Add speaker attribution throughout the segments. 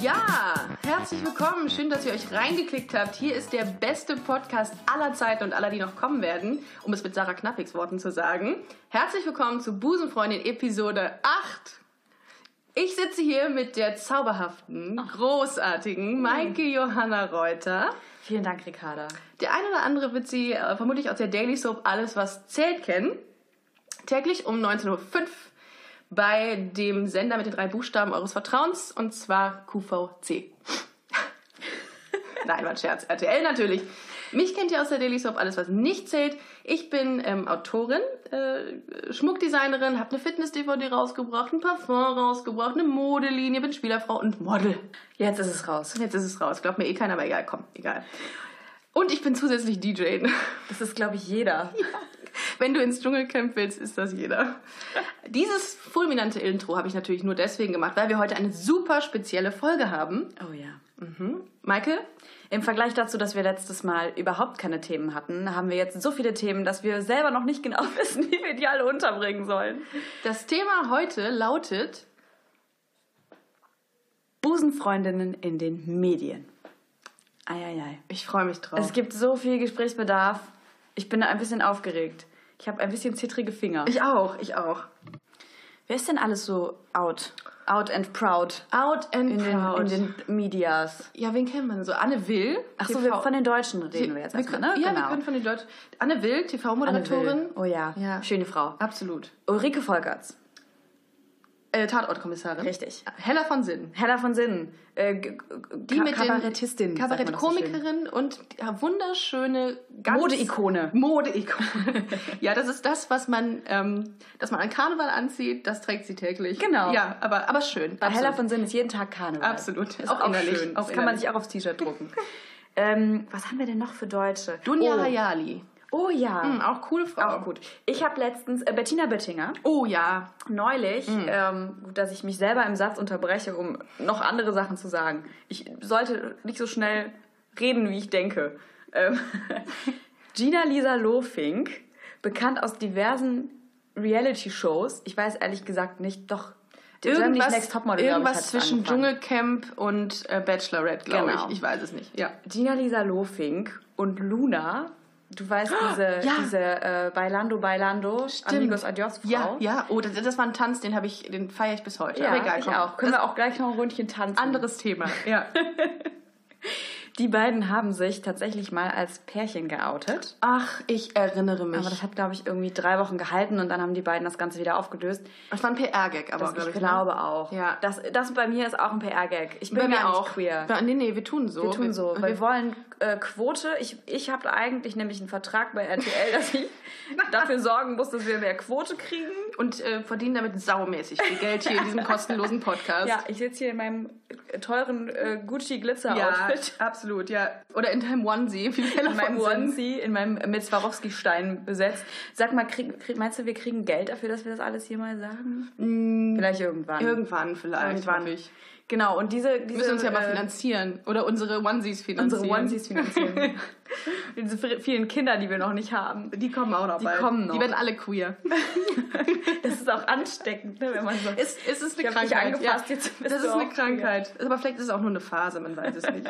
Speaker 1: Ja, herzlich willkommen. Schön, dass ihr euch reingeklickt habt. Hier ist der beste Podcast aller Zeiten und aller, die noch kommen werden, um es mit Sarah Knappigs Worten zu sagen. Herzlich willkommen zu Busenfreundin Episode 8. Ich sitze hier mit der zauberhaften, großartigen Maike Johanna Reuter.
Speaker 2: Vielen Dank, Ricarda.
Speaker 1: Der ein oder andere wird sie äh, vermutlich aus der Daily Soap Alles, was zählt, kennen. Täglich um 19.05 Uhr bei dem Sender mit den drei Buchstaben eures Vertrauens und zwar QVC. Nein, war ein Scherz. RTL natürlich. Mich kennt ihr aus der Daily Soap Alles, was nicht zählt. Ich bin ähm, Autorin, äh, Schmuckdesignerin, habe eine Fitness-DVD rausgebracht, ein Parfum rausgebracht, eine Modelinie, bin Spielerfrau und Model.
Speaker 2: Jetzt ist es raus.
Speaker 1: Jetzt ist es raus. Glaubt mir eh keiner, aber egal, komm, egal. Und ich bin zusätzlich DJ.
Speaker 2: Das ist, glaube ich, jeder.
Speaker 1: Wenn du ins Dschungelcamp willst, ist das jeder. Dieses fulminante Intro habe ich natürlich nur deswegen gemacht, weil wir heute eine super spezielle Folge haben.
Speaker 2: Oh ja.
Speaker 1: Michael,
Speaker 2: Im Vergleich dazu, dass wir letztes Mal überhaupt keine Themen hatten, haben wir jetzt so viele Themen, dass wir selber noch nicht genau wissen, wie wir die alle unterbringen sollen.
Speaker 1: das Thema heute lautet
Speaker 2: Busenfreundinnen in den Medien. Eieiei.
Speaker 1: Ich freue mich drauf.
Speaker 2: Es gibt so viel Gesprächsbedarf. Ich bin ein bisschen aufgeregt. Ich habe ein bisschen zittrige Finger.
Speaker 1: ich auch, ich auch.
Speaker 2: Wer ist denn alles so out? Out and proud.
Speaker 1: Out and
Speaker 2: In
Speaker 1: proud.
Speaker 2: den, in den Medias.
Speaker 1: ja, wen kennen wir denn so? Anne Will.
Speaker 2: Ach so,
Speaker 1: TV
Speaker 2: wir, von den Deutschen reden wir jetzt erstmal, ne?
Speaker 1: Ja, wir können von den Deutschen. Anne Genau. Will,
Speaker 2: Anne
Speaker 1: TV-Moderatorin.
Speaker 2: Will. Oh ja.
Speaker 1: Ja.
Speaker 2: schöne Frau.
Speaker 1: Absolut.
Speaker 2: Ulrike Volkerts,
Speaker 1: Äh, Tatortkommissarin.
Speaker 2: Richtig.
Speaker 1: Hella von Sinn.
Speaker 2: Hella von Sinnen, äh, g- g-
Speaker 1: Die
Speaker 2: Ka-
Speaker 1: mit den-
Speaker 2: Kabarettistin, sagt man doch so schön.
Speaker 1: Kabarettkomikerin und die wunderschöne ganz-
Speaker 2: Modeikone.
Speaker 1: Modeikone. ja, das ist das, was man, ähm, das man an Karneval anzieht, das trägt sie täglich.
Speaker 2: Genau.
Speaker 1: Ja, aber, aber schön.
Speaker 2: Bei Hella
Speaker 1: Absolut.
Speaker 2: von Sinnen ist jeden Tag Karneval.
Speaker 1: Absolut.
Speaker 2: Ist auch, innerlich. Schön. Das
Speaker 1: Ist
Speaker 2: kann man
Speaker 1: innerlich.
Speaker 2: sich auch aufs T-Shirt drucken. ähm, was haben wir denn noch für Deutsche?
Speaker 1: Dunja
Speaker 2: oh.
Speaker 1: Hayali.
Speaker 2: Oh ja.
Speaker 1: Hm, auch cool, Frau.
Speaker 2: Auch gut. Ich habe letztens äh, Bettina Bettinger
Speaker 1: Oh ja.
Speaker 2: neulich,
Speaker 1: Mhm.
Speaker 2: ähm, gut, dass ich mich selber im Satz unterbreche, um noch andere Sachen zu sagen. Ich sollte nicht so schnell reden, wie ich denke. Ähm, Gina Lisa Lofink, bekannt aus diversen Reality-Shows. Ich weiß ehrlich gesagt nicht, doch. Germany's
Speaker 1: Irgendwas,
Speaker 2: Next Topmodel, glaub ich,
Speaker 1: irgendwas
Speaker 2: hat's
Speaker 1: zwischen
Speaker 2: angefangen.
Speaker 1: Dschungelcamp und äh, Bachelorette, glaube
Speaker 2: Genau.
Speaker 1: ich. Ich weiß es nicht. Ja.
Speaker 2: Gina Lisa Lofink und Luna. Du weißt, diese,
Speaker 1: Oh, ja.
Speaker 2: diese äh, Bailando, Bailando, Amigos Adios Frau.
Speaker 1: Ja, ja. Oh, das, das war ein Tanz, den habe ich, den feiere ich bis heute.
Speaker 2: Ja,
Speaker 1: aber egal,
Speaker 2: ich
Speaker 1: komm.
Speaker 2: auch. Können wir auch gleich noch ein Rundchen tanzen.
Speaker 1: Anderes Thema. Ja.
Speaker 2: Die beiden haben sich tatsächlich mal als Pärchen geoutet.
Speaker 1: Ach, Ah, ich erinnere mich.
Speaker 2: Aber das hat, glaube ich, irgendwie drei Wochen gehalten und dann haben die beiden das Ganze wieder aufgelöst.
Speaker 1: Das war ein PR-Gag, aber
Speaker 2: Das,
Speaker 1: glaube
Speaker 2: ich
Speaker 1: ich. ne?
Speaker 2: glaube auch.
Speaker 1: Ja.
Speaker 2: Das, das bei mir ist auch ein PR-Gag. Ich bin
Speaker 1: Bei mir
Speaker 2: gar nicht
Speaker 1: auch.
Speaker 2: queer.
Speaker 1: Bei- Nee, nee, wir tun so.
Speaker 2: Wir tun so,
Speaker 1: Wir,
Speaker 2: weil wir wollen äh, Quote. Ich, ich habe eigentlich nämlich einen Vertrag bei RTL, dass ich dafür sorgen muss, dass wir mehr Quote kriegen.
Speaker 1: und äh, verdienen damit saumäßig viel Geld hier in diesem kostenlosen Podcast.
Speaker 2: Ja, ich sitze hier in meinem teuren äh,
Speaker 1: Ja,
Speaker 2: Gucci-Glitzer-Outfit.
Speaker 1: absolut, ja. Oder in deinem Onesie, wie Fälle
Speaker 2: In meinem Onesie, in meinem mit Swarovski-Stein besetzt. Sag mal, krieg, krieg, meinst du, wir kriegen Geld dafür, dass wir das alles hier mal sagen? Vielleicht irgendwann.
Speaker 1: Irgendwann vielleicht.
Speaker 2: Irgendwann.
Speaker 1: hoffe Ich.
Speaker 2: Mm, Genau, und diese, diese
Speaker 1: Wir müssen uns ja mal
Speaker 2: äh,
Speaker 1: finanzieren. Oder unsere Onesies finanzieren.
Speaker 2: unsere Onesies finanzieren. diese fri- vielen Kinder, die wir noch nicht haben.
Speaker 1: Die kommen auch noch
Speaker 2: Die
Speaker 1: bald.
Speaker 2: kommen noch.
Speaker 1: Die werden alle queer.
Speaker 2: Das ist auch ansteckend, ne, wenn man so.
Speaker 1: Es, es ist eine
Speaker 2: Ich hab dich
Speaker 1: Krankheit.
Speaker 2: angefasst, jetzt bist
Speaker 1: das
Speaker 2: du
Speaker 1: ist eine
Speaker 2: auch
Speaker 1: Krankheit. Aber vielleicht ist es auch nur eine Phase, man weiß es nicht.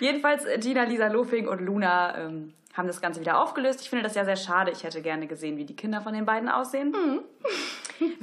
Speaker 2: Jedenfalls äh, Gina, Lisa Lofing und Luna ähm, haben das Ganze wieder aufgelöst. Ich finde das ja sehr schade. Ich hätte gerne gesehen, wie die Kinder von den beiden aussehen.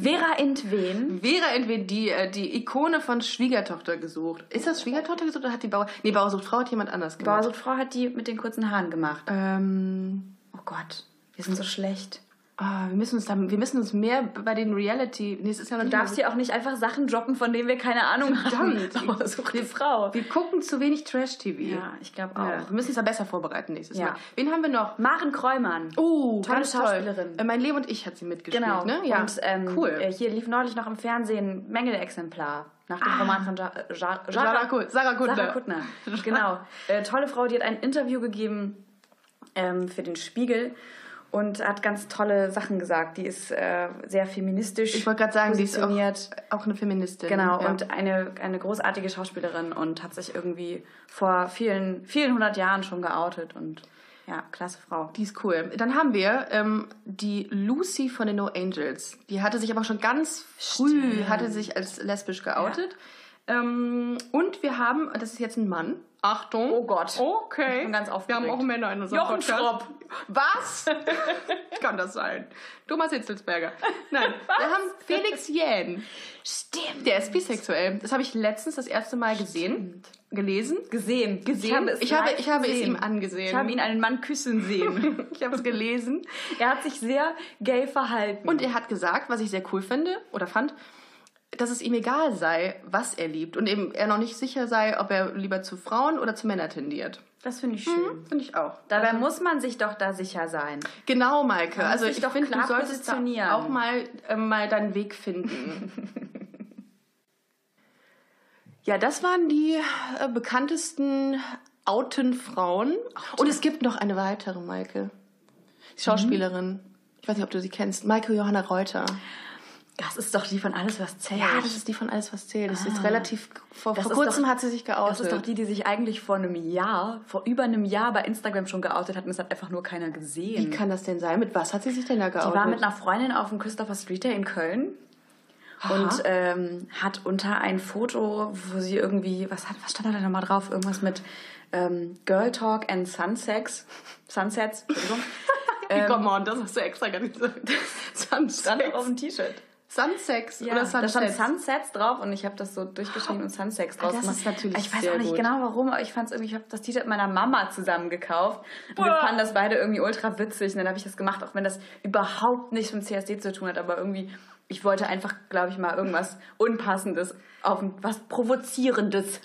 Speaker 2: Vera Entwen
Speaker 1: Vera entweder die, äh, die Ikone von Schwiegertochter gesucht. Ist das Schwiegertochter gesucht oder hat die Bauer. Nee, Bauer sucht Frau hat jemand anders gemacht.
Speaker 2: Bauersuchtfrau hat die mit den kurzen Haaren gemacht.
Speaker 1: Ähm,
Speaker 2: Oh Gott, wir sind so schlecht.
Speaker 1: ah, wir, müssen uns da, wir müssen uns mehr bei den Reality. Nee, es ist ja noch
Speaker 2: Du
Speaker 1: nicht
Speaker 2: darfst hier auch nicht einfach Sachen droppen, von denen wir keine Ahnung
Speaker 1: Verdammt.
Speaker 2: haben. Verdammt, sucht die Frau.
Speaker 1: Wir gucken zu wenig Trash-TV.
Speaker 2: Ja, ich glaube auch.
Speaker 1: Ja, wir müssen uns da besser vorbereiten nächstes
Speaker 2: Ja.
Speaker 1: Mal. Wen haben wir noch?
Speaker 2: Maren Kräumann.
Speaker 1: Oh,
Speaker 2: Tolle
Speaker 1: ganz toll.
Speaker 2: Schauspielerin.
Speaker 1: Äh, mein Leben und ich hat sie mitgespielt,
Speaker 2: Genau.
Speaker 1: ne? Ja.
Speaker 2: Und ähm,
Speaker 1: cool.
Speaker 2: äh, hier lief neulich noch im Fernsehen Mängelexemplar nach dem Roman von ja äh, ja
Speaker 1: Ah. Sarah Kutt- Sarah Kuttner.
Speaker 2: Sarah Kuttner. Genau. Äh, tolle Frau, die hat ein Interview gegeben ähm, für den Spiegel. und hat ganz tolle Sachen gesagt. Die ist äh, sehr feministisch.
Speaker 1: Ich wollte gerade sagen, sie ist auch,
Speaker 2: positioniert.
Speaker 1: auch eine Feministin.
Speaker 2: Genau,
Speaker 1: ja.
Speaker 2: und eine, eine großartige Schauspielerin und hat sich irgendwie vor vielen, vielen hundert Jahren schon geoutet und ja, klasse Frau.
Speaker 1: Die ist cool. Dann haben wir ähm, die Lucy von den No Angels. Die hatte sich aber schon ganz früh,
Speaker 2: Stimmt.
Speaker 1: hatte sich als lesbisch geoutet. Ähm, und wir haben, das ist jetzt ein Mann. Achtung.
Speaker 2: Oh Gott.
Speaker 1: Okay.
Speaker 2: Ich bin ganz
Speaker 1: wir
Speaker 2: aufgeregt.
Speaker 1: haben auch Männer in unserem
Speaker 2: Jochen
Speaker 1: Podcast.
Speaker 2: Schropp.
Speaker 1: Was? Kann das sein? Thomas Hitzelsberger. Nein, wir haben Felix Jähn.
Speaker 2: Stimmt.
Speaker 1: Der ist bisexuell. Das habe ich letztens das erste Mal gesehen, gelesen.
Speaker 2: Gesehen, gesehen.
Speaker 1: Ich habe, ich habe,
Speaker 2: live
Speaker 1: ich habe es
Speaker 2: gesehen.
Speaker 1: ihm angesehen.
Speaker 2: Ich habe ihn einen Mann küssen sehen.
Speaker 1: ich habe es gelesen.
Speaker 2: er hat sich sehr gay verhalten.
Speaker 1: Und er hat gesagt, was ich sehr cool finde oder fand, dass es ihm egal sei, was er liebt. Und eben er noch nicht sicher sei, ob er lieber zu Frauen oder zu Männern tendiert.
Speaker 2: das finde ich schön.
Speaker 1: Finde ich auch.
Speaker 2: Dabei muss man sich doch da sicher sein.
Speaker 1: Genau, Maike.
Speaker 2: Man muss
Speaker 1: Also
Speaker 2: sich
Speaker 1: ich
Speaker 2: doch
Speaker 1: finde, du
Speaker 2: klar
Speaker 1: solltest
Speaker 2: positionieren.
Speaker 1: da auch mal, äh, mal deinen Weg finden. ja, das waren die äh, bekanntesten outen Frauen. Und es gibt noch eine weitere, Maike.
Speaker 2: Mhm.
Speaker 1: Die Schauspielerin. Ich weiß nicht, ob du sie kennst. Maike Johanna Reuter.
Speaker 2: Das ist doch die von alles, was zählt.
Speaker 1: Ja, das ist die von Alles, was zählt. Das ist
Speaker 2: Ah.
Speaker 1: jetzt relativ. Vor,
Speaker 2: Das
Speaker 1: vor
Speaker 2: ist
Speaker 1: kurzem
Speaker 2: doch-
Speaker 1: hat sie sich
Speaker 2: Das ist doch
Speaker 1: geoutet.
Speaker 2: die, die sich eigentlich vor einem Jahr, vor über einem Jahr bei Instagram schon geoutet hat und es hat einfach nur keiner
Speaker 1: Wie
Speaker 2: gesehen.
Speaker 1: kann das denn sein? Mit was hat sie sich denn da
Speaker 2: Die
Speaker 1: geoutet?
Speaker 2: war mit einer Freundin auf dem Christopher Street Day in Köln
Speaker 1: Aha.
Speaker 2: und ähm, hat unter ein Foto, wo sie irgendwie, was, hat, was stand da denn nochmal drauf? Irgendwas mit ähm, Girl Talk and Sunsex. Sunsets, Entschuldigung. ähm,
Speaker 1: Come on, das hast du extra gar nicht gesagt.
Speaker 2: stand auf
Speaker 1: Sunsex.
Speaker 2: dem T-Shirt.
Speaker 1: Sunsex
Speaker 2: Ja,
Speaker 1: oder
Speaker 2: da stand
Speaker 1: Sunset.
Speaker 2: Sunsets drauf und ich habe das so durchgeschrieben und Sunsets draus
Speaker 1: Ah, das
Speaker 2: gemacht.
Speaker 1: ist natürlich
Speaker 2: Ich weiß
Speaker 1: sehr
Speaker 2: auch nicht
Speaker 1: gut.
Speaker 2: genau warum, aber ich fand es irgendwie, ich habe das T-Shirt meiner Mama zusammen gekauft und wir
Speaker 1: Boah.
Speaker 2: fanden das beide irgendwie ultra witzig und dann habe ich das gemacht, auch wenn das überhaupt nichts mit CSD zu tun hat, aber irgendwie, ich wollte einfach, glaube ich, mal irgendwas Unpassendes, auf ein, was Provozierendes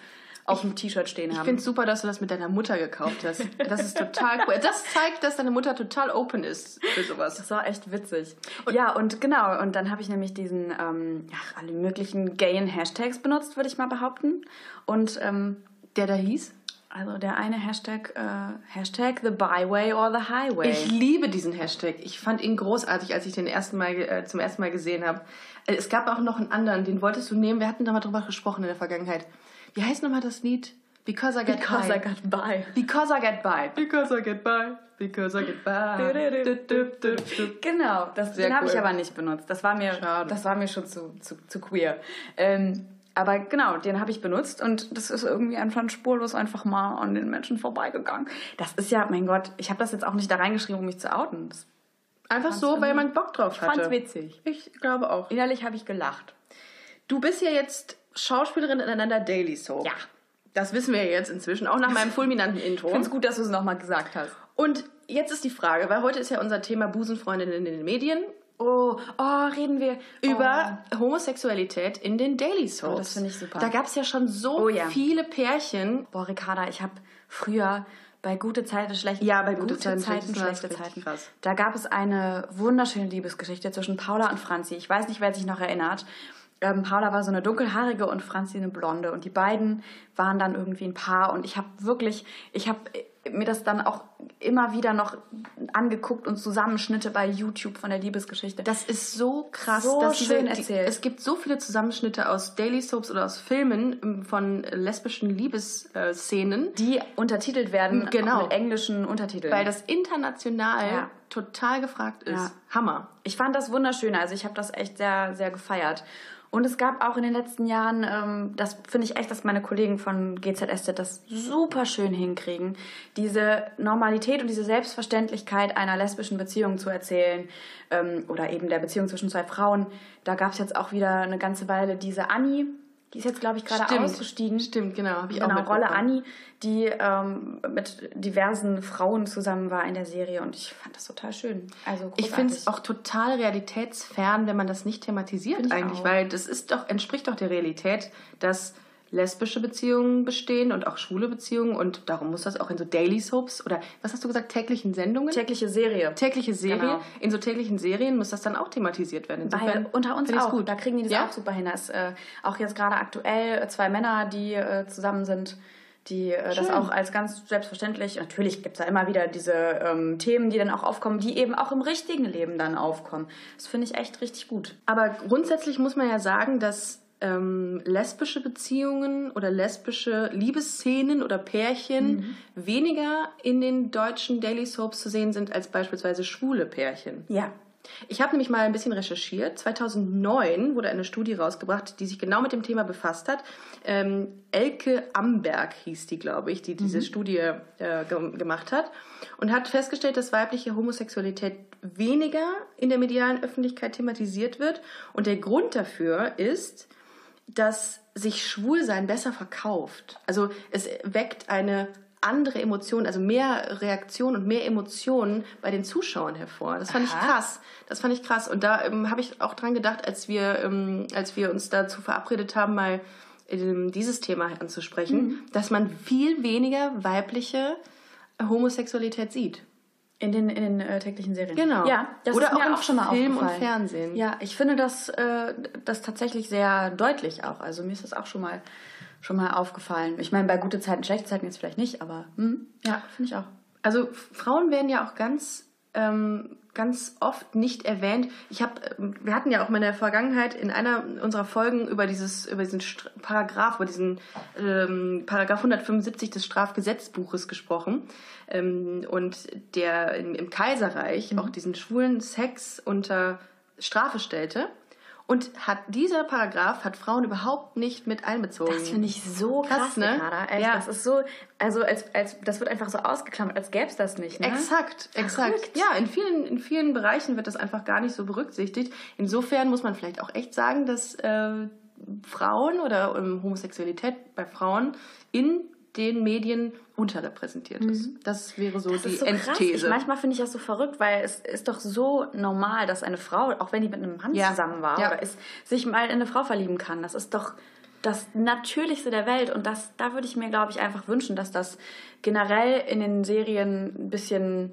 Speaker 2: auf dem T-Shirt stehen
Speaker 1: Ich
Speaker 2: haben.
Speaker 1: finde es super, dass du das mit deiner Mutter gekauft hast. Das ist total cool. Das zeigt, dass deine Mutter total open ist für sowas.
Speaker 2: Das war echt witzig. ja, und genau, und dann habe ich nämlich diesen, ähm, ach, alle möglichen gayen Hashtags benutzt, würde ich mal behaupten. Und ähm,
Speaker 1: Der da hieß?
Speaker 2: Also der eine Hashtag, äh, Hashtag the byway or the highway.
Speaker 1: Ich liebe diesen Hashtag. Ich fand ihn großartig, als ich den ersten Mal, äh, zum ersten Mal gesehen habe. Äh, es gab auch noch einen anderen, den wolltest du nehmen. Wir hatten da mal drüber gesprochen in der Vergangenheit. Wie heißt nochmal das Lied? Because I Get
Speaker 2: Because
Speaker 1: By.
Speaker 2: I got by.
Speaker 1: Because I Get By. Because I Get By. Because I Get By. Du, du, du, du.
Speaker 2: Genau, das,
Speaker 1: Sehr
Speaker 2: den habe ich
Speaker 1: cool.
Speaker 2: aber nicht benutzt. Das war mir,
Speaker 1: Schade.
Speaker 2: das war mir schon zu, zu, zu queer. Ähm, aber genau, den habe ich benutzt und das ist irgendwie einfach spurlos einfach mal an den Menschen vorbeigegangen. Das ist ja, mein Gott, ich habe das jetzt auch nicht da reingeschrieben, um mich zu outen. Das
Speaker 1: Einfach so, weil man Bock drauf hatte.
Speaker 2: fand's witzig.
Speaker 1: Ich glaube auch.
Speaker 2: Innerlich habe ich gelacht.
Speaker 1: Du bist ja jetzt Schauspielerin in einer Daily Soap.
Speaker 2: Ja.
Speaker 1: Das wissen wir jetzt inzwischen, auch nach meinem fulminanten Intro.
Speaker 2: Ganz gut, dass du es nochmal gesagt hast.
Speaker 1: Und jetzt ist die Frage, weil heute ist ja unser Thema Busenfreundinnen in den Medien
Speaker 2: Oh, oh, reden wir über
Speaker 1: über Homosexualität in den Daily Soaps.
Speaker 2: Oh, das finde ich super.
Speaker 1: Da gab es ja schon so
Speaker 2: Oh ja.
Speaker 1: viele Pärchen.
Speaker 2: Boah, Ricarda, ich habe früher bei gute Zeiten, schlechte
Speaker 1: Ja, bei Gute Zeiten, schlechte Zeiten,
Speaker 2: schlechte
Speaker 1: das ist richtig
Speaker 2: Zeiten.
Speaker 1: krass.
Speaker 2: Da gab es eine wunderschöne Liebesgeschichte zwischen Paula und Franzi. Ich weiß nicht, wer sich noch erinnert. Ähm, Paula war so eine dunkelhaarige und Franzi eine blonde und die beiden waren dann irgendwie ein Paar und ich habe wirklich, ich habe mir das dann auch immer wieder noch angeguckt und Zusammenschnitte bei YouTube von der Liebesgeschichte.
Speaker 1: Das ist so krass,
Speaker 2: So
Speaker 1: dass diese-
Speaker 2: schön
Speaker 1: die-
Speaker 2: erzählt.
Speaker 1: es gibt so viele Zusammenschnitte aus Daily Soaps oder aus Filmen ähm, von lesbischen Liebesszenen.
Speaker 2: die untertitelt werden
Speaker 1: Genau.
Speaker 2: mit englischen Untertiteln.
Speaker 1: weil das international
Speaker 2: Ja.
Speaker 1: total gefragt ist.
Speaker 2: Ja.
Speaker 1: Hammer.
Speaker 2: Ich fand das wunderschön. Also ich habe das echt sehr, sehr gefeiert. Und es gab auch in den letzten Jahren, ähm, das finde ich echt, dass meine Kollegen von GZSZ das super schön hinkriegen, diese Normalität und diese Selbstverständlichkeit einer lesbischen Beziehung zu erzählen ähm, oder eben der Beziehung zwischen zwei Frauen. Da gab es jetzt auch wieder eine ganze Weile diese Anni, die ist jetzt, glaube ich, gerade ausgestiegen.
Speaker 1: Stimmt, genau. Hab ich
Speaker 2: Genau,
Speaker 1: auch
Speaker 2: Rolle
Speaker 1: mitbekommen.
Speaker 2: Anni, die ähm, mit diversen Frauen zusammen war in der Serie und ich fand das total schön. Also
Speaker 1: Ich finde es
Speaker 2: großartig.
Speaker 1: auch total realitätsfern, wenn man das nicht thematisiert
Speaker 2: Find ich
Speaker 1: eigentlich,
Speaker 2: auch.
Speaker 1: weil das ist doch, entspricht doch der Realität, dass lesbische Beziehungen bestehen und auch schwule Beziehungen und darum muss das auch in so Daily Soaps oder was hast du gesagt, täglichen Sendungen?
Speaker 2: tägliche Serie.
Speaker 1: tägliche Serie.
Speaker 2: Genau.
Speaker 1: In so täglichen Serien muss das dann auch thematisiert werden.
Speaker 2: Weil unter uns
Speaker 1: find ich's
Speaker 2: auch,
Speaker 1: gut.
Speaker 2: da kriegen die das
Speaker 1: Ja?
Speaker 2: auch super hin. Da ist äh, auch jetzt gerade aktuell zwei Männer, die äh, zusammen sind, die äh, das
Speaker 1: Schön.
Speaker 2: auch als ganz selbstverständlich, natürlich gibt es da immer wieder diese ähm, Themen, die dann auch aufkommen, die eben auch im richtigen Leben dann aufkommen. Das finde ich echt richtig gut.
Speaker 1: Aber grundsätzlich muss man ja sagen, dass ähm, lesbische Beziehungen oder lesbische Liebesszenen oder Pärchen weniger in den deutschen Daily Soaps zu sehen sind als beispielsweise schwule Pärchen.
Speaker 2: Ja.
Speaker 1: Ich habe nämlich mal ein bisschen recherchiert. 2009 wurde eine Studie rausgebracht, die sich genau mit dem Thema befasst hat. Ähm, Elke Amberg hieß die, glaube ich, die diese Studie äh, ge gemacht hat und hat festgestellt, dass weibliche Homosexualität weniger in der medialen Öffentlichkeit thematisiert wird. Und der Grund dafür ist, dass sich Schwulsein besser verkauft. Also es weckt eine andere Emotion, also mehr Reaktion und mehr Emotionen bei den Zuschauern hervor. Das fand ich
Speaker 2: Aha.
Speaker 1: krass. Das fand ich krass. Und da ähm, habe ich auch dran gedacht, als wir, ähm, als wir uns dazu verabredet haben, mal ähm, dieses Thema anzusprechen,
Speaker 2: Mhm.
Speaker 1: dass man viel weniger weibliche Homosexualität sieht.
Speaker 2: In den, in den äh, täglichen Serien.
Speaker 1: Genau.
Speaker 2: Ja, das
Speaker 1: Oder
Speaker 2: ist mir
Speaker 1: auch
Speaker 2: auch,
Speaker 1: im
Speaker 2: schon mal
Speaker 1: Film und
Speaker 2: aufgefallen.
Speaker 1: Fernsehen.
Speaker 2: Ja, ich finde das, äh, das tatsächlich sehr deutlich auch. Also mir ist das auch schon mal, schon mal aufgefallen. Ich meine, bei gute Zeiten, schlechte Zeiten jetzt vielleicht nicht, aber hm, ja, finde ich auch.
Speaker 1: Also F- Frauen werden ja auch ganz, ähm, ganz oft nicht erwähnt. Ich habe, wir hatten ja auch mal in der Vergangenheit in einer unserer Folgen über dieses, über diesen Str Paragraph, über diesen ähm, Paragraph 175 des Strafgesetzbuches gesprochen ähm, und der im, im
Speaker 2: Mhm.
Speaker 1: Kaiserreich auch diesen schwulen Sex unter Strafe stellte. Und hat dieser Paragraph hat Frauen überhaupt nicht mit einbezogen.
Speaker 2: Das finde ich so
Speaker 1: Krass,
Speaker 2: krass,
Speaker 1: ne?
Speaker 2: ne? Ricarda. Echt,
Speaker 1: Ja.
Speaker 2: Das ist so, also als, als, das wird einfach so ausgeklammert, als gäbe es das nicht. Ne?
Speaker 1: Exakt, exakt.
Speaker 2: Verrückt.
Speaker 1: Ja, in vielen, in vielen Bereichen wird das einfach gar nicht so berücksichtigt. Insofern muss man vielleicht auch echt sagen, dass äh, Frauen oder ähm, Homosexualität bei Frauen in den Medien unterrepräsentiert ist. Das wäre so
Speaker 2: Mhm. Das
Speaker 1: die
Speaker 2: ist so krass. Ich,
Speaker 1: Endthese.
Speaker 2: manchmal finde ich das so verrückt, weil es ist doch so normal, dass eine Frau, auch wenn die mit einem Mann
Speaker 1: Ja.
Speaker 2: zusammen war,
Speaker 1: Ja.
Speaker 2: oder ist, sich mal in eine Frau verlieben kann. Das ist doch das Natürlichste der Welt. Und das, da würde ich mir, glaube ich, einfach wünschen, dass das generell in den Serien ein bisschen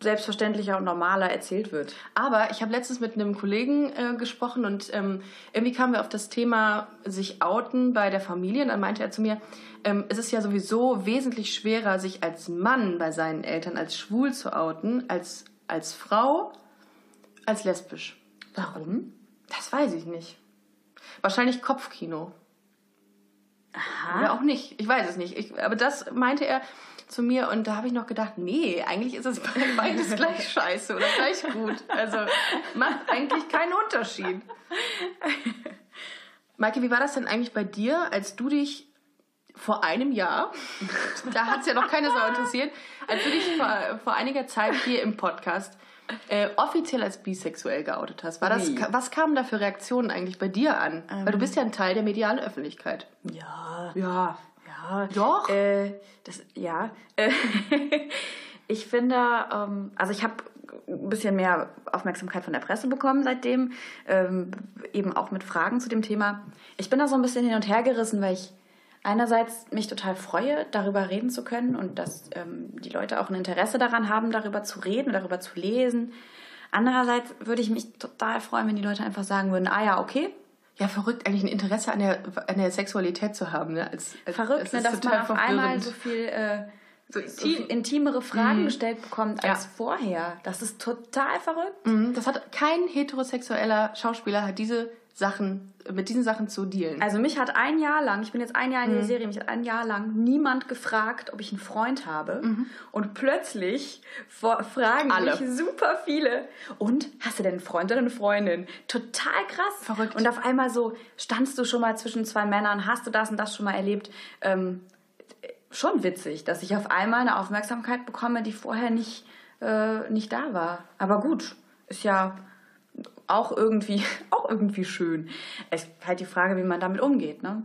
Speaker 2: selbstverständlicher und normaler erzählt wird.
Speaker 1: Aber ich habe letztens mit einem Kollegen äh, gesprochen und ähm, irgendwie kamen wir auf das Thema sich outen bei der Familie. Und dann meinte er zu mir, ähm, es ist ja sowieso wesentlich schwerer, sich als Mann bei seinen Eltern als schwul zu outen, als als Frau, als lesbisch.
Speaker 2: Warum?
Speaker 1: Das weiß ich nicht. Wahrscheinlich Kopfkino. Aha. Oder auch nicht. Ich weiß es nicht. Ich, aber das meinte er zu mir und da habe ich noch gedacht, nee, eigentlich ist es be- beides gleich scheiße oder gleich gut. Also macht eigentlich keinen Unterschied. Maike, wie war das denn eigentlich bei dir, als du dich vor einem Jahr, da hat es ja noch keine Sau interessiert, als du dich vor, vor einiger Zeit hier im Podcast äh, offiziell als bisexuell geoutet hast? War das,
Speaker 2: Ui.
Speaker 1: ka- was kamen da für Reaktionen eigentlich bei dir an? Weil du bist ja ein Teil der medialen Öffentlichkeit.
Speaker 2: Ja,
Speaker 1: Ja.
Speaker 2: Ja.
Speaker 1: Doch.
Speaker 2: Äh, das, ja. Äh, ich finde, ähm, also ich habe ein bisschen mehr Aufmerksamkeit von der Presse bekommen seitdem, ähm, eben auch mit Fragen zu dem Thema. Ich bin da so ein bisschen hin und her gerissen, weil ich einerseits mich total freue, darüber reden zu können und dass ähm, die Leute auch ein Interesse daran haben, darüber zu reden und darüber zu lesen. Andererseits würde ich mich total freuen, wenn die Leute einfach sagen würden, ah ja, okay,
Speaker 1: Ja, verrückt, eigentlich ein Interesse an der, an der Sexualität zu haben. Ne? Als, als,
Speaker 2: verrückt,
Speaker 1: es
Speaker 2: ne,
Speaker 1: ist
Speaker 2: dass man
Speaker 1: total
Speaker 2: auf einmal
Speaker 1: verwirrend.
Speaker 2: so viel, äh,
Speaker 1: So
Speaker 2: so
Speaker 1: intim. Mhm.
Speaker 2: viel intimere Fragen gestellt bekommt als
Speaker 1: Ja.
Speaker 2: vorher. Das ist total verrückt.
Speaker 1: Mhm, Das hat kein heterosexueller Schauspieler hat diese Sachen, mit diesen Sachen zu dealen.
Speaker 2: Also mich hat ein Jahr lang, ich bin jetzt ein Jahr in der
Speaker 1: Mhm.
Speaker 2: Serie, mich hat ein Jahr lang niemand gefragt, ob ich einen Freund habe. Und plötzlich vor- fragen
Speaker 1: Mhm. Alle.
Speaker 2: mich super viele. Und hast du denn einen Freund oder eine Freundin? Total krass.
Speaker 1: Verrückt.
Speaker 2: Und auf einmal so, standst du schon mal zwischen zwei Männern, hast du das und das schon mal erlebt? Ähm, schon witzig, dass ich auf einmal eine Aufmerksamkeit bekomme, die vorher nicht, äh, nicht da war. Aber gut, ist ja auch irgendwie, auch irgendwie schön. Es ist halt die Frage, wie man damit umgeht, ne?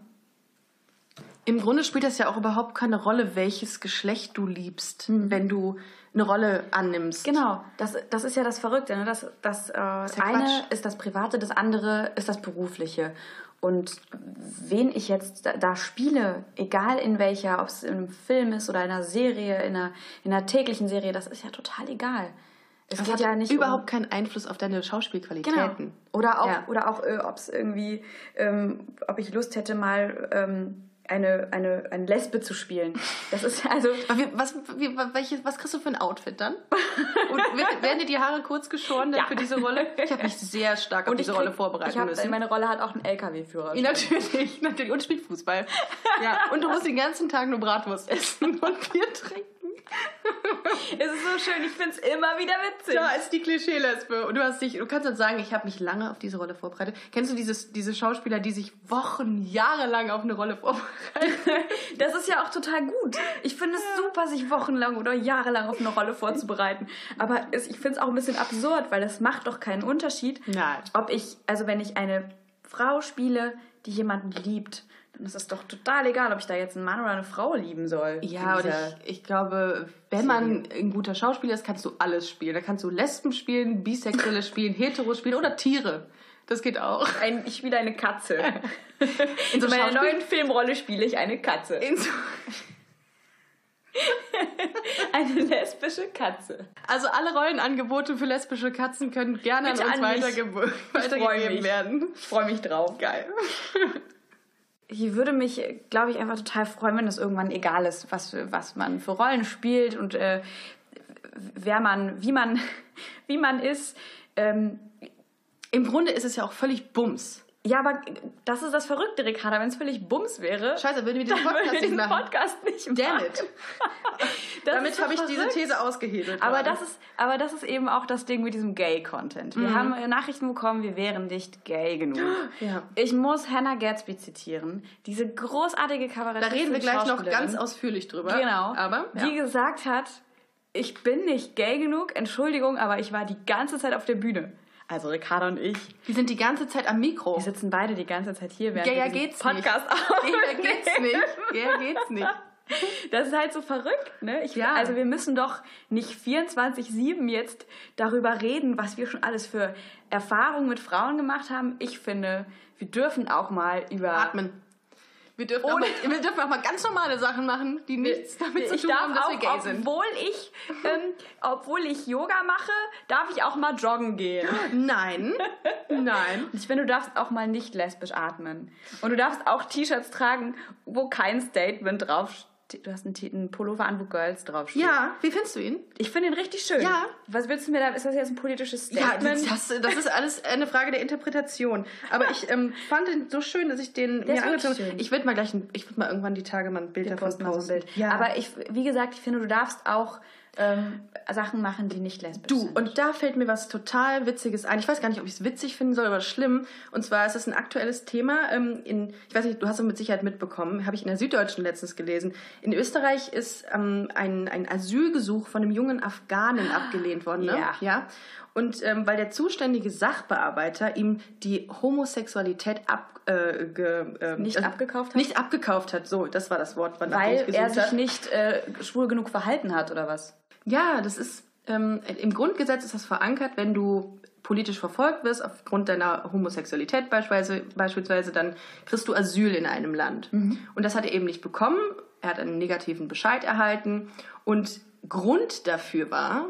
Speaker 1: Im Grunde spielt das ja auch überhaupt keine Rolle, welches Geschlecht du liebst, wenn du eine Rolle annimmst.
Speaker 2: Mhm. Genau, das, das ist ja das Verrückte, ne? Das, das äh,
Speaker 1: ja
Speaker 2: eine
Speaker 1: Quatsch.
Speaker 2: ist das Private, das andere ist das Berufliche. Und wen ich jetzt da, da spiele, egal in welcher, ob es in einem Film ist oder in einer Serie, in einer, in einer täglichen Serie, das ist ja total egal. Es
Speaker 1: Das
Speaker 2: geht
Speaker 1: hat
Speaker 2: ja nicht
Speaker 1: überhaupt
Speaker 2: um,
Speaker 1: keinen Einfluss auf deine Schauspielqualitäten.
Speaker 2: Genau. Oder auch,
Speaker 1: Ja.
Speaker 2: oder auch äh, ob es irgendwie, ähm, ob ich Lust hätte, mal ähm, eine, eine, eine Lesbe zu spielen. Das ist also.
Speaker 1: Aber wie- Was, wie, welches, was kriegst du für ein Outfit dann? Und wer- werden dir die Haare kurz geschoren dann
Speaker 2: Ja.
Speaker 1: für diese Rolle? Ich habe mich sehr stark auf diese
Speaker 2: ich
Speaker 1: Rolle
Speaker 2: krieg-
Speaker 1: vorbereiten
Speaker 2: ich hab,
Speaker 1: müssen.
Speaker 2: Meine Rolle hat auch einen LKW-Führer.
Speaker 1: Ja, natürlich, natürlich. Und spielt Fußball. Ja. Und du musst den ganzen Tag nur Bratwurst essen und Bier trinken.
Speaker 2: Es ist so schön, ich find's immer wieder witzig.
Speaker 1: Da ist die Klischee-Lesbe. Und du hast dich, du kannst dann sagen, ich habe mich lange auf diese Rolle vorbereitet. Kennst du dieses, diese Schauspieler, die sich Wochen, Jahre lang auf eine Rolle vorbereiten?
Speaker 2: Das ist ja auch total gut. Ich finde es super, sich wochenlang oder jahrelang auf eine Rolle vorzubereiten. Aber es, ich finde es auch ein bisschen absurd, weil das macht doch keinen Unterschied,
Speaker 1: Nein.
Speaker 2: ob ich, also wenn ich eine Frau spiele, die jemanden liebt, dann ist das doch total egal, ob ich da jetzt einen Mann oder eine Frau lieben soll.
Speaker 1: Ja, und
Speaker 2: oder
Speaker 1: ich, ich glaube, wenn man ein guter Schauspieler ist, kannst du alles spielen. Da kannst du Lesben spielen, Bisexuelle spielen, Hetero spielen oder Tiere. Das geht auch.
Speaker 2: ein, ich spiele eine Katze. In
Speaker 1: so
Speaker 2: meiner
Speaker 1: Schauspiel-
Speaker 2: neuen Filmrolle spiele ich eine Katze.
Speaker 1: In so-
Speaker 2: Eine lesbische Katze.
Speaker 1: Also alle Rollenangebote für lesbische Katzen können gerne
Speaker 2: Bitte
Speaker 1: an uns
Speaker 2: an mich.
Speaker 1: weitergebe-
Speaker 2: freu
Speaker 1: weitergegeben
Speaker 2: mich.
Speaker 1: werden.
Speaker 2: Ich freue mich drauf.
Speaker 1: Geil.
Speaker 2: Ich würde mich, glaube ich, einfach total freuen, wenn das irgendwann egal ist, was, was man für Rollen spielt und äh, wer man, wie man, wie man ist. Ähm,
Speaker 1: Im Grunde ist es ja auch völlig Bums.
Speaker 2: ja, aber das ist das Verrückte, Ricarda. Wenn es völlig Bums wäre,
Speaker 1: Scheiße, würden wir diesen
Speaker 2: würde
Speaker 1: Podcast
Speaker 2: ich
Speaker 1: nicht
Speaker 2: diesen
Speaker 1: machen.
Speaker 2: Podcast nicht machen.
Speaker 1: Damn it.
Speaker 2: Das ist
Speaker 1: Damit
Speaker 2: so
Speaker 1: habe ich diese
Speaker 2: verrückt.
Speaker 1: These ausgehebelt.
Speaker 2: Aber
Speaker 1: worden.
Speaker 2: das, ist, aber das ist eben auch das Ding mit diesem Gay-Content.
Speaker 1: Mhm.
Speaker 2: Wir haben äh, Nachrichten bekommen, wir wären nicht gay genug.
Speaker 1: Ja.
Speaker 2: Ich muss Hannah Gatsby zitieren, diese großartige
Speaker 1: da
Speaker 2: Kabarettistin.
Speaker 1: reden wir gleich noch
Speaker 2: Schauspielerin.
Speaker 1: ganz ausführlich drüber.
Speaker 2: Genau.
Speaker 1: Aber
Speaker 2: die gesagt hat, ich bin nicht gay genug, Entschuldigung, aber ich war die ganze Zeit auf der Bühne. Also Ricarda und ich.
Speaker 1: die sind die ganze Zeit am Mikro.
Speaker 2: Wir sitzen beide die ganze Zeit hier, während
Speaker 1: Ja, ja,
Speaker 2: wir diesen
Speaker 1: geht's
Speaker 2: Podcast
Speaker 1: Ja,
Speaker 2: aufnehmen.
Speaker 1: geht's nicht. Ja, geht's nicht.
Speaker 2: Das ist halt so verrückt, ne? Ich,
Speaker 1: Ja.
Speaker 2: Also wir müssen doch nicht 24-7 jetzt darüber reden, was wir schon alles für Erfahrungen mit Frauen gemacht haben. Ich finde, wir dürfen auch mal über...
Speaker 1: Atmen. Wir dürfen, auch
Speaker 2: Ohne-
Speaker 1: mal, wir dürfen auch mal ganz normale Sachen machen, die nichts damit zu
Speaker 2: ich
Speaker 1: tun
Speaker 2: darf
Speaker 1: haben, dass
Speaker 2: auch,
Speaker 1: wir gay sind.
Speaker 2: obwohl ich, ähm, obwohl ich Yoga mache, darf ich auch mal joggen gehen.
Speaker 1: Nein, nein.
Speaker 2: Und Ich finde, du darfst auch mal nicht lesbisch atmen. Und du darfst auch T-Shirts tragen, wo kein Statement drauf Du hast einen, T- einen Pullover an, wo Girls draufsteht.
Speaker 1: Ja, wie findest du ihn?
Speaker 2: Ich finde ihn richtig schön.
Speaker 1: Ja.
Speaker 2: Was willst du mir da? Ist das jetzt ein politisches
Speaker 1: Ja,
Speaker 2: Statement?
Speaker 1: das, das ist alles eine Frage der Interpretation. Aber ich ähm, fand ihn so schön, dass ich den
Speaker 2: Der ist
Speaker 1: mir angezogen
Speaker 2: wirklich schön.
Speaker 1: Ich würde mal gleich, ein, ich würde mal irgendwann die Tage mal ein Bild
Speaker 2: Wir
Speaker 1: davon
Speaker 2: posten mal so ein
Speaker 1: posten.
Speaker 2: Bild. Aber ich, wie gesagt, ich finde, du darfst auch ähm, Sachen machen, die nicht lesbisch
Speaker 1: Du,
Speaker 2: sind.
Speaker 1: und da fällt mir was total Witziges ein. Ich weiß gar nicht, ob ich es witzig finden soll oder schlimm. Und zwar ist es ein aktuelles Thema. Ähm, in, ich weiß nicht, du hast es mit Sicherheit mitbekommen, habe ich in der Süddeutschen letztens gelesen. In Österreich ist ähm, ein, ein Asylgesuch von einem jungen Afghanen abgelehnt worden. Ne?
Speaker 2: Ah, Ja.
Speaker 1: ja. Und ähm, weil der zuständige Sachbearbeiter ihm die Homosexualität ab, äh, ge, ähm,
Speaker 2: Nicht abgekauft hat?
Speaker 1: Nicht abgekauft hat, so, das war das Wort, von
Speaker 2: Weil er sich nicht äh, schwul genug verhalten hat, oder was?
Speaker 1: ja, das ist ähm, im Grundgesetz ist das verankert, wenn du politisch verfolgt wirst aufgrund deiner Homosexualität beispielsweise, beispielsweise dann kriegst du Asyl in einem Land. Und das hat er eben nicht bekommen. Er hat einen negativen Bescheid erhalten und Grund dafür war,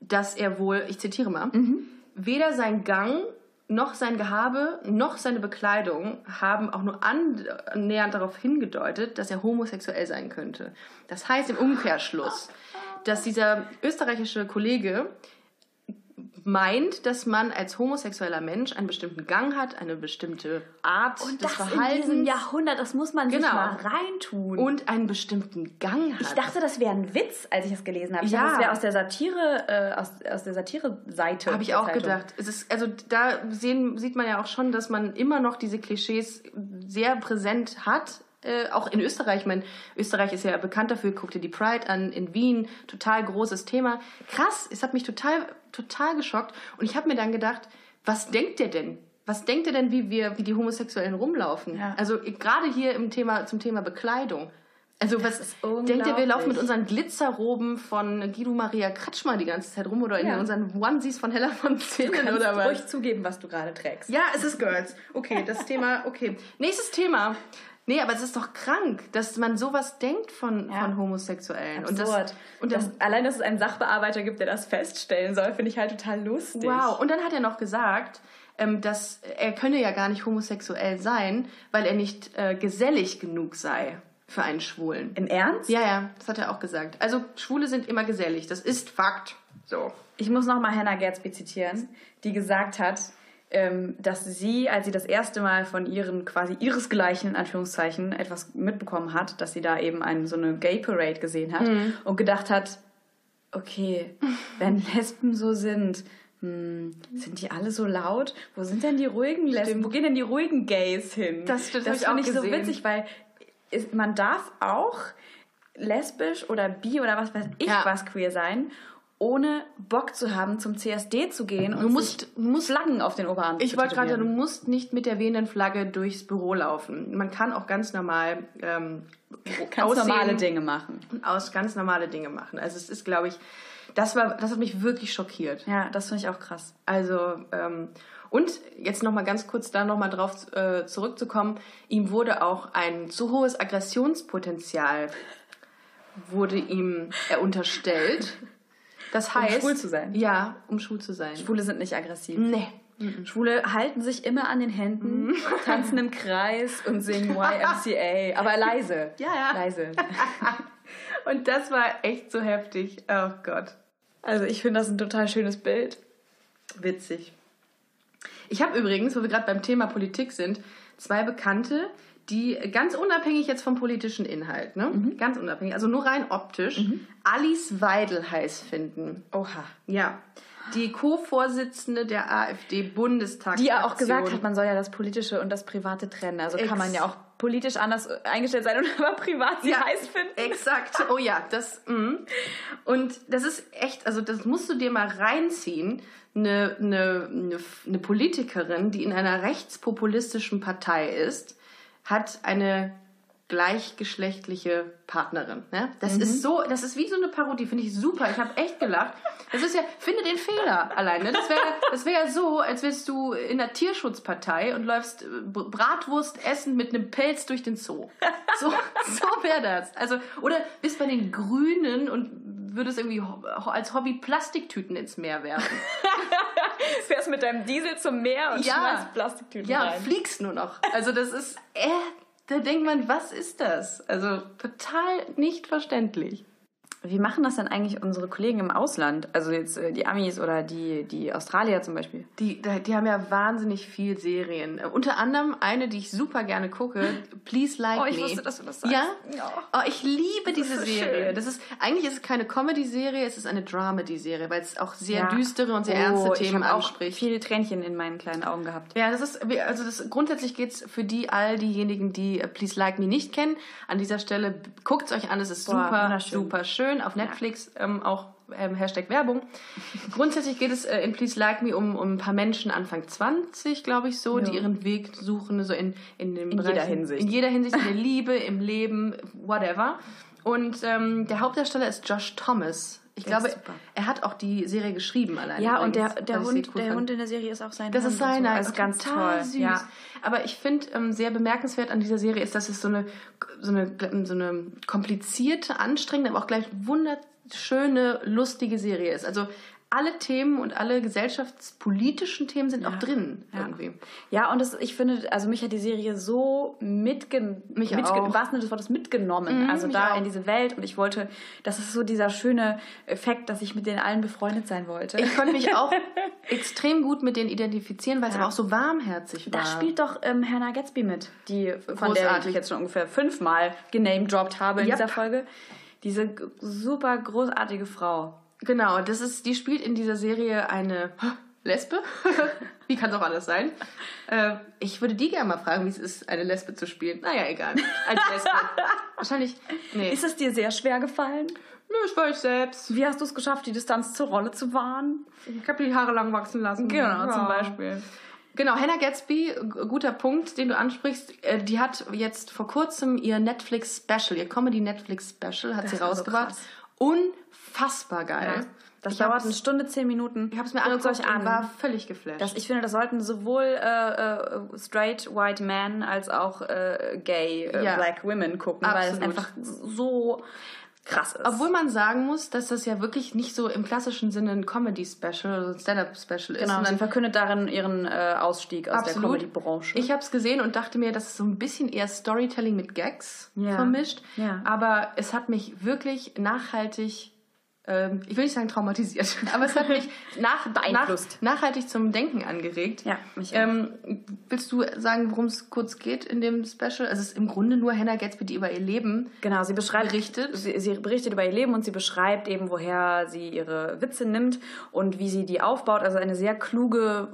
Speaker 1: dass er wohl, ich zitiere mal,
Speaker 2: Mhm.
Speaker 1: weder sein Gang noch sein Gehabe noch seine Bekleidung haben auch nur annähernd darauf hingedeutet, dass er homosexuell sein könnte. Das heißt im Umkehrschluss, dass dieser österreichische Kollege meint, dass man als homosexueller Mensch einen bestimmten Gang hat, eine bestimmte Art
Speaker 2: Und
Speaker 1: des
Speaker 2: das, in
Speaker 1: Verhaltens
Speaker 2: diesem Jahrhundert, das muss man
Speaker 1: Genau.
Speaker 2: sich mal reintun.
Speaker 1: und einen bestimmten Gang hat.
Speaker 2: Mhm. Ich dachte, das wäre ein Witz, als ich das gelesen habe. Ich
Speaker 1: Ja.
Speaker 2: dachte, das wäre aus der Satire, äh, aus, aus der Satire-Seite.
Speaker 1: Habe ich
Speaker 2: der
Speaker 1: auch
Speaker 2: Zeitung.
Speaker 1: gedacht. Es ist, also da sehen, sieht man ja auch schon, dass man immer noch diese Klischees sehr präsent hat. Äh, auch in Österreich. Ich meine, Österreich ist ja bekannt dafür. Guck dir die Pride an in Wien. Total großes Thema. Krass. Es hat mich total, total geschockt. Und ich habe mir dann gedacht, was denkt ihr denn? Was denkt ihr denn, wie wir, wie die Homosexuellen rumlaufen?
Speaker 2: Ja.
Speaker 1: Also gerade hier im Thema, zum Thema Bekleidung. Also was denkt ihr, wir laufen mit
Speaker 2: unglaublich.
Speaker 1: unseren Glitzerroben von Guido Maria Kretschmer die ganze Zeit rum oder in
Speaker 2: Ja.
Speaker 1: unseren Onesies von Hella von Zinnen
Speaker 2: Kannst
Speaker 1: oder was?
Speaker 2: ruhig zugeben, was du gerade trägst.
Speaker 1: Ja, es ist Girls. Okay, das Thema, okay. Nächstes Thema. Nee, aber es ist doch krank, dass man sowas denkt von,
Speaker 2: Ja.
Speaker 1: von Homosexuellen.
Speaker 2: Absurd.
Speaker 1: Und das, und das,
Speaker 2: allein, dass es einen Sachbearbeiter gibt, der das feststellen soll, finde ich halt total lustig.
Speaker 1: wow. Und dann hat er noch gesagt, ähm, ähm, dass er könne ja gar nicht homosexuell sein, weil er nicht äh, gesellig genug sei für einen Schwulen.
Speaker 2: Im Ernst?
Speaker 1: Ja, ja, das hat er auch gesagt. Also Schwule sind immer gesellig, das ist Fakt. So.
Speaker 2: Ich muss nochmal Hannah Gadsby zitieren, die gesagt hat, ähm, dass sie, als sie das erste Mal von ihren quasi ihresgleichen, in Anführungszeichen, etwas mitbekommen hat, dass sie da eben einen, so eine Gay Parade gesehen hat
Speaker 1: Mhm.
Speaker 2: und gedacht hat, okay, wenn Lesben so sind, hm, sind die alle so laut? Wo sind denn die ruhigen Lesben? Wo gehen denn die ruhigen Gays hin?
Speaker 1: Das stimmt, hab
Speaker 2: das
Speaker 1: ich
Speaker 2: finde
Speaker 1: auch
Speaker 2: ich so
Speaker 1: gesehen.
Speaker 2: witzig, weil ist, man darf auch lesbisch oder bi oder was weiß ich
Speaker 1: Ja.
Speaker 2: was queer sein, ohne Bock zu haben, zum CSD zu gehen und
Speaker 1: Du musst-
Speaker 2: sich musst Flaggen auf den Oberarm
Speaker 1: Ich
Speaker 2: zu
Speaker 1: wollte gerade sagen,
Speaker 2: tätowieren.
Speaker 1: du musst nicht mit der wehenden Flagge durchs Büro laufen. Man kann auch ganz normal ähm,
Speaker 2: ganz
Speaker 1: aussehen
Speaker 2: normale Dinge machen.
Speaker 1: und aus ganz normale Dinge machen. Also es ist, glaube ich, das war, das hat mich wirklich schockiert.
Speaker 2: Ja, das finde ich auch krass.
Speaker 1: Also ähm, und jetzt noch mal ganz kurz da noch mal drauf äh, zurückzukommen. Ihm wurde auch ein zu hohes Aggressionspotenzial wurde ihm äh, unterstellt. Das heißt,
Speaker 2: Um schwul zu sein.
Speaker 1: Ja, um schwul zu sein.
Speaker 2: Schwule sind nicht aggressiv. Mhm.
Speaker 1: Nee. Mhm.
Speaker 2: Schwule halten sich immer an den Händen, tanzen im Kreis und singen YMCA, aber leise.
Speaker 1: Ja, ja.
Speaker 2: Leise.
Speaker 1: Und das war echt so heftig. Oh Gott.
Speaker 2: Also ich finde das ein total schönes Bild.
Speaker 1: Witzig. Ich habe übrigens, wo wir gerade beim Thema Politik sind, zwei Bekannte, die ganz unabhängig jetzt vom politischen Inhalt, ne?
Speaker 2: Mhm.
Speaker 1: ganz unabhängig, also nur rein optisch, Alice Weidel heiß finden.
Speaker 2: Oha.
Speaker 1: Ja, die Co-Vorsitzende der AfD-Bundestag.
Speaker 2: Die ja auch gesagt hat, man soll ja das Politische und das Private trennen. Also
Speaker 1: Ex-
Speaker 2: kann man ja auch politisch anders eingestellt sein und aber privat sie
Speaker 1: Ja.
Speaker 2: heiß finden.
Speaker 1: Exakt. Oh ja, das. mm. Und das ist echt, also das musst du dir mal reinziehen. Eine, eine, eine, eine Politikerin, die in einer rechtspopulistischen Partei ist, hat eine gleichgeschlechtliche Partnerin. Ne? Das ist so, das ist wie so eine Parodie, finde ich super. Ich habe echt gelacht. Das ist ja, finde den Fehler alleine. Das wäre das wär ja so, als wärst du in der Tierschutzpartei und läufst äh, Br- Bratwurst essen mit einem Pelz durch den Zoo. So, so wäre das. Also, oder bist bei den Grünen und würdest irgendwie ho- als Hobby Plastiktüten ins Meer werfen.
Speaker 2: Fährst mit deinem Diesel zum Meer und
Speaker 1: Ja.
Speaker 2: schmeißt Plastiktüten
Speaker 1: Ja,
Speaker 2: rein.
Speaker 1: fliegst nur noch. Also das ist, äh, da denkt man, was ist das? Also total nicht verständlich.
Speaker 2: Wie machen das denn eigentlich unsere Kollegen im Ausland? Also jetzt äh, die Amis oder die, die Australier zum Beispiel.
Speaker 1: Die, die haben ja wahnsinnig viel Serien. Äh, Unter anderem eine, die ich super gerne gucke, Please Like
Speaker 2: Oh, ich
Speaker 1: Me.
Speaker 2: wusste, dass du das sagst.
Speaker 1: Ja?
Speaker 2: Ja.
Speaker 1: Oh, ich liebe diese
Speaker 2: so
Speaker 1: Serie.
Speaker 2: schön.
Speaker 1: Das ist, eigentlich ist es keine Comedy-Serie, es ist eine Dramedy-Serie, weil es auch sehr
Speaker 2: Ja.
Speaker 1: düstere und sehr
Speaker 2: Oh,
Speaker 1: ernste
Speaker 2: ich
Speaker 1: Themen
Speaker 2: hab auch
Speaker 1: anspricht.
Speaker 2: Viele Tränchen in meinen kleinen Augen gehabt.
Speaker 1: Ja, das ist, wir- also das, grundsätzlich geht's für die, all diejenigen, die äh, Please Like Me nicht kennen, an dieser Stelle b- guckt's euch an, es ist
Speaker 2: Boah,
Speaker 1: super,
Speaker 2: wunderschön.
Speaker 1: super schön, auf Netflix ähm, auch ähm, Hashtag Werbung. grundsätzlich geht es äh, in Please Like Me um, um ein paar Menschen Anfang 20, glaube ich so, die
Speaker 2: Ja.
Speaker 1: ihren Weg suchen, so in, in dem
Speaker 2: In jeder
Speaker 1: Bereich-
Speaker 2: Hinsicht.
Speaker 1: In jeder Hinsicht, in der Liebe, im Leben, whatever. Und ähm, der Hauptdarsteller ist Josh Thomas. Ich
Speaker 2: Der ist
Speaker 1: glaube,
Speaker 2: super.
Speaker 1: er hat auch die Serie geschrieben allein.
Speaker 2: Ja, und der,
Speaker 1: übrigens,
Speaker 2: der,
Speaker 1: was ich
Speaker 2: Hund,
Speaker 1: sehr cool
Speaker 2: der
Speaker 1: fand.
Speaker 2: Hund in der Serie ist auch sein
Speaker 1: Das
Speaker 2: Hund
Speaker 1: ist
Speaker 2: und
Speaker 1: seiner.
Speaker 2: So. Das ist ganz
Speaker 1: Also total
Speaker 2: toll.
Speaker 1: süß.
Speaker 2: Ja.
Speaker 1: Aber ich finde ähm, sehr bemerkenswert an dieser Serie ist, dass es so eine, so eine, so eine komplizierte, anstrengende, aber auch gleich wunderschöne, lustige Serie ist. Also alle Themen und alle gesellschaftspolitischen Themen sind auch drin
Speaker 2: Ja.
Speaker 1: irgendwie.
Speaker 2: Ja, und das, ich finde, also mich hat die Serie so mitgen
Speaker 1: Mich
Speaker 2: mitge
Speaker 1: auch.
Speaker 2: im wahrsten Sinne des Wortes mitgenommen.
Speaker 1: Mhm,
Speaker 2: also
Speaker 1: mich
Speaker 2: da
Speaker 1: auch.
Speaker 2: in diese Welt. Und ich wollte, das ist so dieser schöne Effekt, dass ich mit den allen befreundet sein wollte.
Speaker 1: Ich konnte mich auch extrem gut mit denen identifizieren, weil es
Speaker 2: Ja.
Speaker 1: aber auch so warmherzig war.
Speaker 2: da spielt doch ähm, Hannah Gatsby mit, die von der ich
Speaker 1: Großartig.
Speaker 2: jetzt schon ungefähr fünfmal genamedropped habe in
Speaker 1: Yep.
Speaker 2: dieser Folge. Diese g- super großartige Frau.
Speaker 1: Genau, das ist, die spielt in dieser Serie eine Lesbe. wie kann es auch anders sein? Äh, ich würde die gerne mal fragen, wie es ist, eine Lesbe zu spielen. Naja, egal. Als Lesbe. Wahrscheinlich. Nee.
Speaker 2: Ist es dir sehr schwer gefallen?
Speaker 1: Nö, ich war ich selbst.
Speaker 2: Wie hast du es geschafft, die Distanz zur Rolle zu wahren?
Speaker 1: Ich habe die Haare lang wachsen lassen. Ja. Genau, Hannah Gatsby, g- guter Punkt, den du ansprichst. Äh, Die hat jetzt vor kurzem ihr Netflix-Special, ihr Comedy-Netflix-Special, hat
Speaker 2: Das
Speaker 1: sie
Speaker 2: war so
Speaker 1: rausgebracht.
Speaker 2: krass.
Speaker 1: Unfassbar geil.
Speaker 2: Ja. Das
Speaker 1: ich
Speaker 2: dauert
Speaker 1: hab's-
Speaker 2: eine Stunde, zehn Minuten.
Speaker 1: Ich habe es mir
Speaker 2: Guckt's
Speaker 1: angeguckt und
Speaker 2: euch an.
Speaker 1: war völlig geflasht.
Speaker 2: das, ich finde, das sollten sowohl äh, äh, straight white men als auch äh, gay äh,
Speaker 1: Ja.
Speaker 2: black women gucken, weil es
Speaker 1: Absolut.
Speaker 2: einfach so krass ist.
Speaker 1: Obwohl man sagen muss, dass das ja wirklich nicht so im klassischen Sinne ein Comedy-Special oder ein Stand-Up-Special ist.
Speaker 2: genau, sie
Speaker 1: sondern
Speaker 2: verkündet darin ihren äh, Ausstieg aus der
Speaker 1: Absolut.
Speaker 2: Comedy-Branche.
Speaker 1: Ich habe es gesehen und dachte mir, das ist so ein bisschen eher Storytelling mit Gags
Speaker 2: Ja.
Speaker 1: vermischt.
Speaker 2: Ja.
Speaker 1: Aber es hat mich wirklich nachhaltig, ähm, ich will nicht sagen traumatisiert, aber es hat mich nach, nach,
Speaker 2: Beeinflusst.
Speaker 1: nachhaltig zum Denken angeregt.
Speaker 2: Ja, mich auch.
Speaker 1: ähm, Willst du sagen, worum es kurz geht in dem Special? Also es ist im Grunde nur Hannah Gatsby, die über ihr Leben
Speaker 2: Genau, sie beschreibt,
Speaker 1: Berichtet?
Speaker 2: Sie, sie berichtet über ihr Leben und sie beschreibt eben, woher sie ihre Witze nimmt und wie sie die aufbaut. Also eine sehr kluge,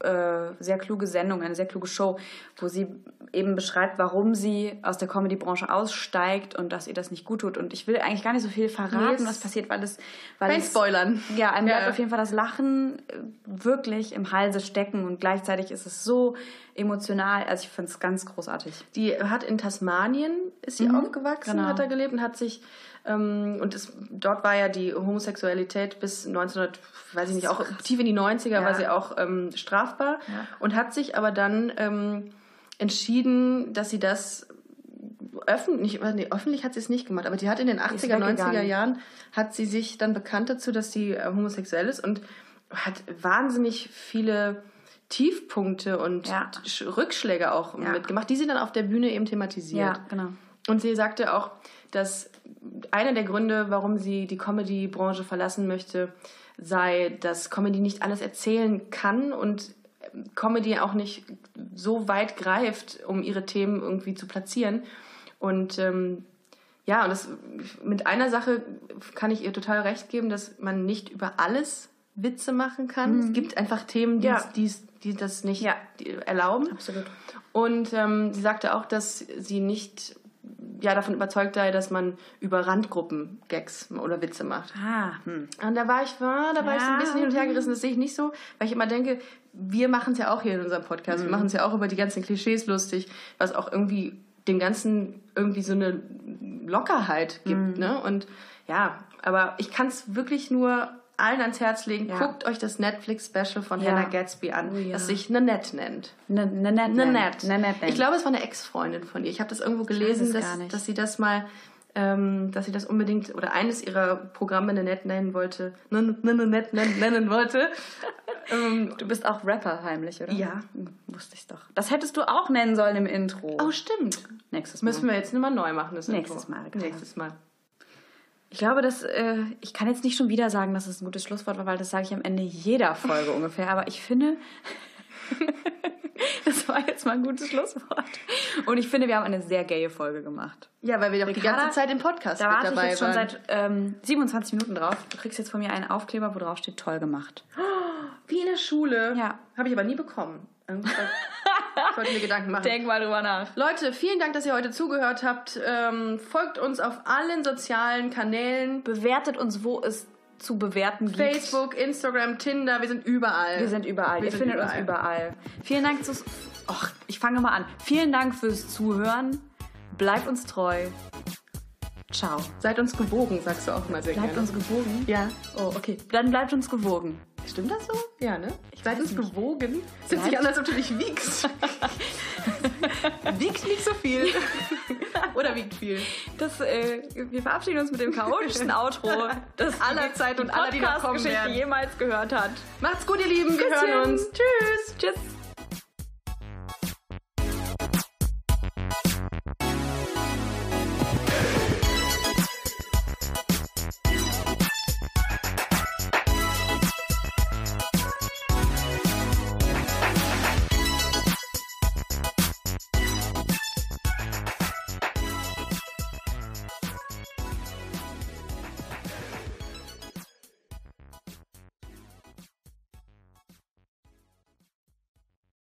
Speaker 2: äh, sehr kluge Sendung, eine sehr kluge Show, wo sie eben beschreibt, warum sie aus der Comedy-Branche aussteigt und dass ihr das nicht gut tut. Und ich will eigentlich gar nicht so viel verraten,
Speaker 1: Nee, es-
Speaker 2: was passiert, weil es, weil
Speaker 1: Kein
Speaker 2: es-
Speaker 1: Spoilern.
Speaker 2: ja, einem
Speaker 1: Ja.
Speaker 2: bleibt auf jeden Fall das Lachen äh, wirklich im Halse stecken und gleichzeitig ist es so emotional. Also ich finde es ganz großartig.
Speaker 1: Die hat in Tasmanien ist sie
Speaker 2: Mhm,
Speaker 1: aufgewachsen,
Speaker 2: genau.
Speaker 1: hat da gelebt und hat sich ähm, und es, dort war ja die Homosexualität bis 1900, weiß ich nicht, auch tief in die 90er war
Speaker 2: Ja.
Speaker 1: sie auch ähm, strafbar
Speaker 2: Ja.
Speaker 1: und hat sich aber dann ähm, entschieden, dass sie das öffentlich, nee, öffentlich hat sie es nicht gemacht, aber die hat in den 80er, 90er
Speaker 2: weggegangen.
Speaker 1: Jahren hat sie sich dann bekannt dazu, dass sie äh, homosexuell ist und hat wahnsinnig viele Tiefpunkte und
Speaker 2: Ja.
Speaker 1: Sch- Rückschläge auch
Speaker 2: Ja.
Speaker 1: mitgemacht, die sie dann auf der Bühne eben thematisiert.
Speaker 2: genau.
Speaker 1: Und sie sagte auch, dass einer der Gründe, warum sie die Comedy-Branche verlassen möchte, sei, dass Comedy nicht alles erzählen kann und ähm, Comedy auch nicht so weit greift, um ihre Themen irgendwie zu platzieren. Und ähm, ja, und das, mit einer Sache kann ich ihr total recht geben, dass man nicht über alles Witze machen kann. Es gibt einfach Themen, die,
Speaker 2: Mhm. Ja.
Speaker 1: es- die, es- die das nicht
Speaker 2: Ja.
Speaker 1: die erlauben.
Speaker 2: Absolut.
Speaker 1: Und ähm, sie sagte auch, dass sie nicht ja, davon überzeugt sei, dass man über Randgruppen Gags oder Witze macht.
Speaker 2: Ah, hm.
Speaker 1: Und da war ich, war, da war ich so ein
Speaker 2: Ja,
Speaker 1: bisschen hin und her
Speaker 2: mhm.
Speaker 1: gerissen. Das sehe ich nicht so, weil ich immer denke, wir machen es ja auch hier in unserem Podcast.
Speaker 2: Mhm.
Speaker 1: Wir machen es ja auch über die ganzen Klischees lustig, was auch irgendwie dem Ganzen irgendwie so eine Lockerheit
Speaker 2: Mhm.
Speaker 1: gibt. Ne? Und ja, aber ich kann es wirklich nur allen ans Herz legen.
Speaker 2: Ja.
Speaker 1: Guckt euch das Netflix-Special von
Speaker 2: Ja.
Speaker 1: Hannah Gatsby an,
Speaker 2: Oh ja.
Speaker 1: das sich Nanette nennt.
Speaker 2: Nanette.
Speaker 1: Nanette.
Speaker 2: Nanette.
Speaker 1: Ich glaube, es war eine Ex-Freundin von ihr. Ich habe das irgendwo gelesen,
Speaker 2: es
Speaker 1: dass,
Speaker 2: gar nicht.
Speaker 1: dass sie das mal, ähm, dass sie das unbedingt oder eines ihrer Programme Nanette nennen wollte. Nan- nan- Nanette nennen, nennen wollte. ähm,
Speaker 2: du bist auch Rapper heimlich, oder?
Speaker 1: Ja.
Speaker 2: Hm, Wusste ich doch. Das hättest du auch nennen sollen im Intro.
Speaker 1: oh, stimmt.
Speaker 2: Nächstes Mal.
Speaker 1: Müssen wir jetzt nochmal neu machen, das
Speaker 2: Nächstes
Speaker 1: Intro.
Speaker 2: Mal, genau.
Speaker 1: Nächstes Mal.
Speaker 2: ich glaube, dass äh, ich kann jetzt nicht schon wieder sagen, dass es ein gutes Schlusswort war, weil das sage ich am Ende jeder Folge ungefähr. Aber ich finde, das war jetzt mal ein gutes Schlusswort. Und ich finde, wir haben eine sehr gaye Folge gemacht.
Speaker 1: Ja, weil wir doch die
Speaker 2: Ricarda,
Speaker 1: ganze Zeit im Podcast
Speaker 2: Da
Speaker 1: mit
Speaker 2: warte ich
Speaker 1: dabei
Speaker 2: jetzt schon
Speaker 1: waren.
Speaker 2: seit ähm, 27 Minuten drauf. Du kriegst jetzt von mir einen Aufkleber, wo drauf steht, toll gemacht.
Speaker 1: Wie in der Schule.
Speaker 2: Ja.
Speaker 1: Habe ich aber nie bekommen. Irgendwie- Ich wollte mir Gedanken machen.
Speaker 2: Denk mal drüber nach.
Speaker 1: Leute, vielen Dank, dass ihr heute zugehört habt. Ähm, folgt uns auf allen sozialen Kanälen.
Speaker 2: Bewertet uns, wo es zu bewerten gibt.
Speaker 1: Facebook, Instagram, Tinder, wir sind überall.
Speaker 2: Äh, Wir sind überall.
Speaker 1: Wir
Speaker 2: Ihr
Speaker 1: sind
Speaker 2: findet
Speaker 1: überall.
Speaker 2: uns überall. Vielen Dank fürs. Och, ich fange mal an. Vielen Dank fürs Zuhören. Bleibt uns treu. Ciao.
Speaker 1: Seid uns gewogen, sagst du auch mal sehr
Speaker 2: Bleibt
Speaker 1: gerne.
Speaker 2: uns gewogen.
Speaker 1: ja.
Speaker 2: Oh, okay. Dann bleibt uns gewogen.
Speaker 1: Stimmt das so? Ja, ne? Ich
Speaker 2: weiß nicht.
Speaker 1: gewogen. Es hört sich
Speaker 2: Bleibt-
Speaker 1: an, als ob du dich wiegst. wiegt nicht so viel. Oder wiegt viel.
Speaker 2: Das, äh, wir verabschieden uns mit dem chaotischsten Outro, das
Speaker 1: Aller Zeit und aller, die noch kommen
Speaker 2: Podcast-Geschichte
Speaker 1: werden.
Speaker 2: jemals gehört hat.
Speaker 1: Macht's gut, ihr Lieben. Wir
Speaker 2: Küsschen.
Speaker 1: hören uns. Tschüss.
Speaker 2: Tschüss.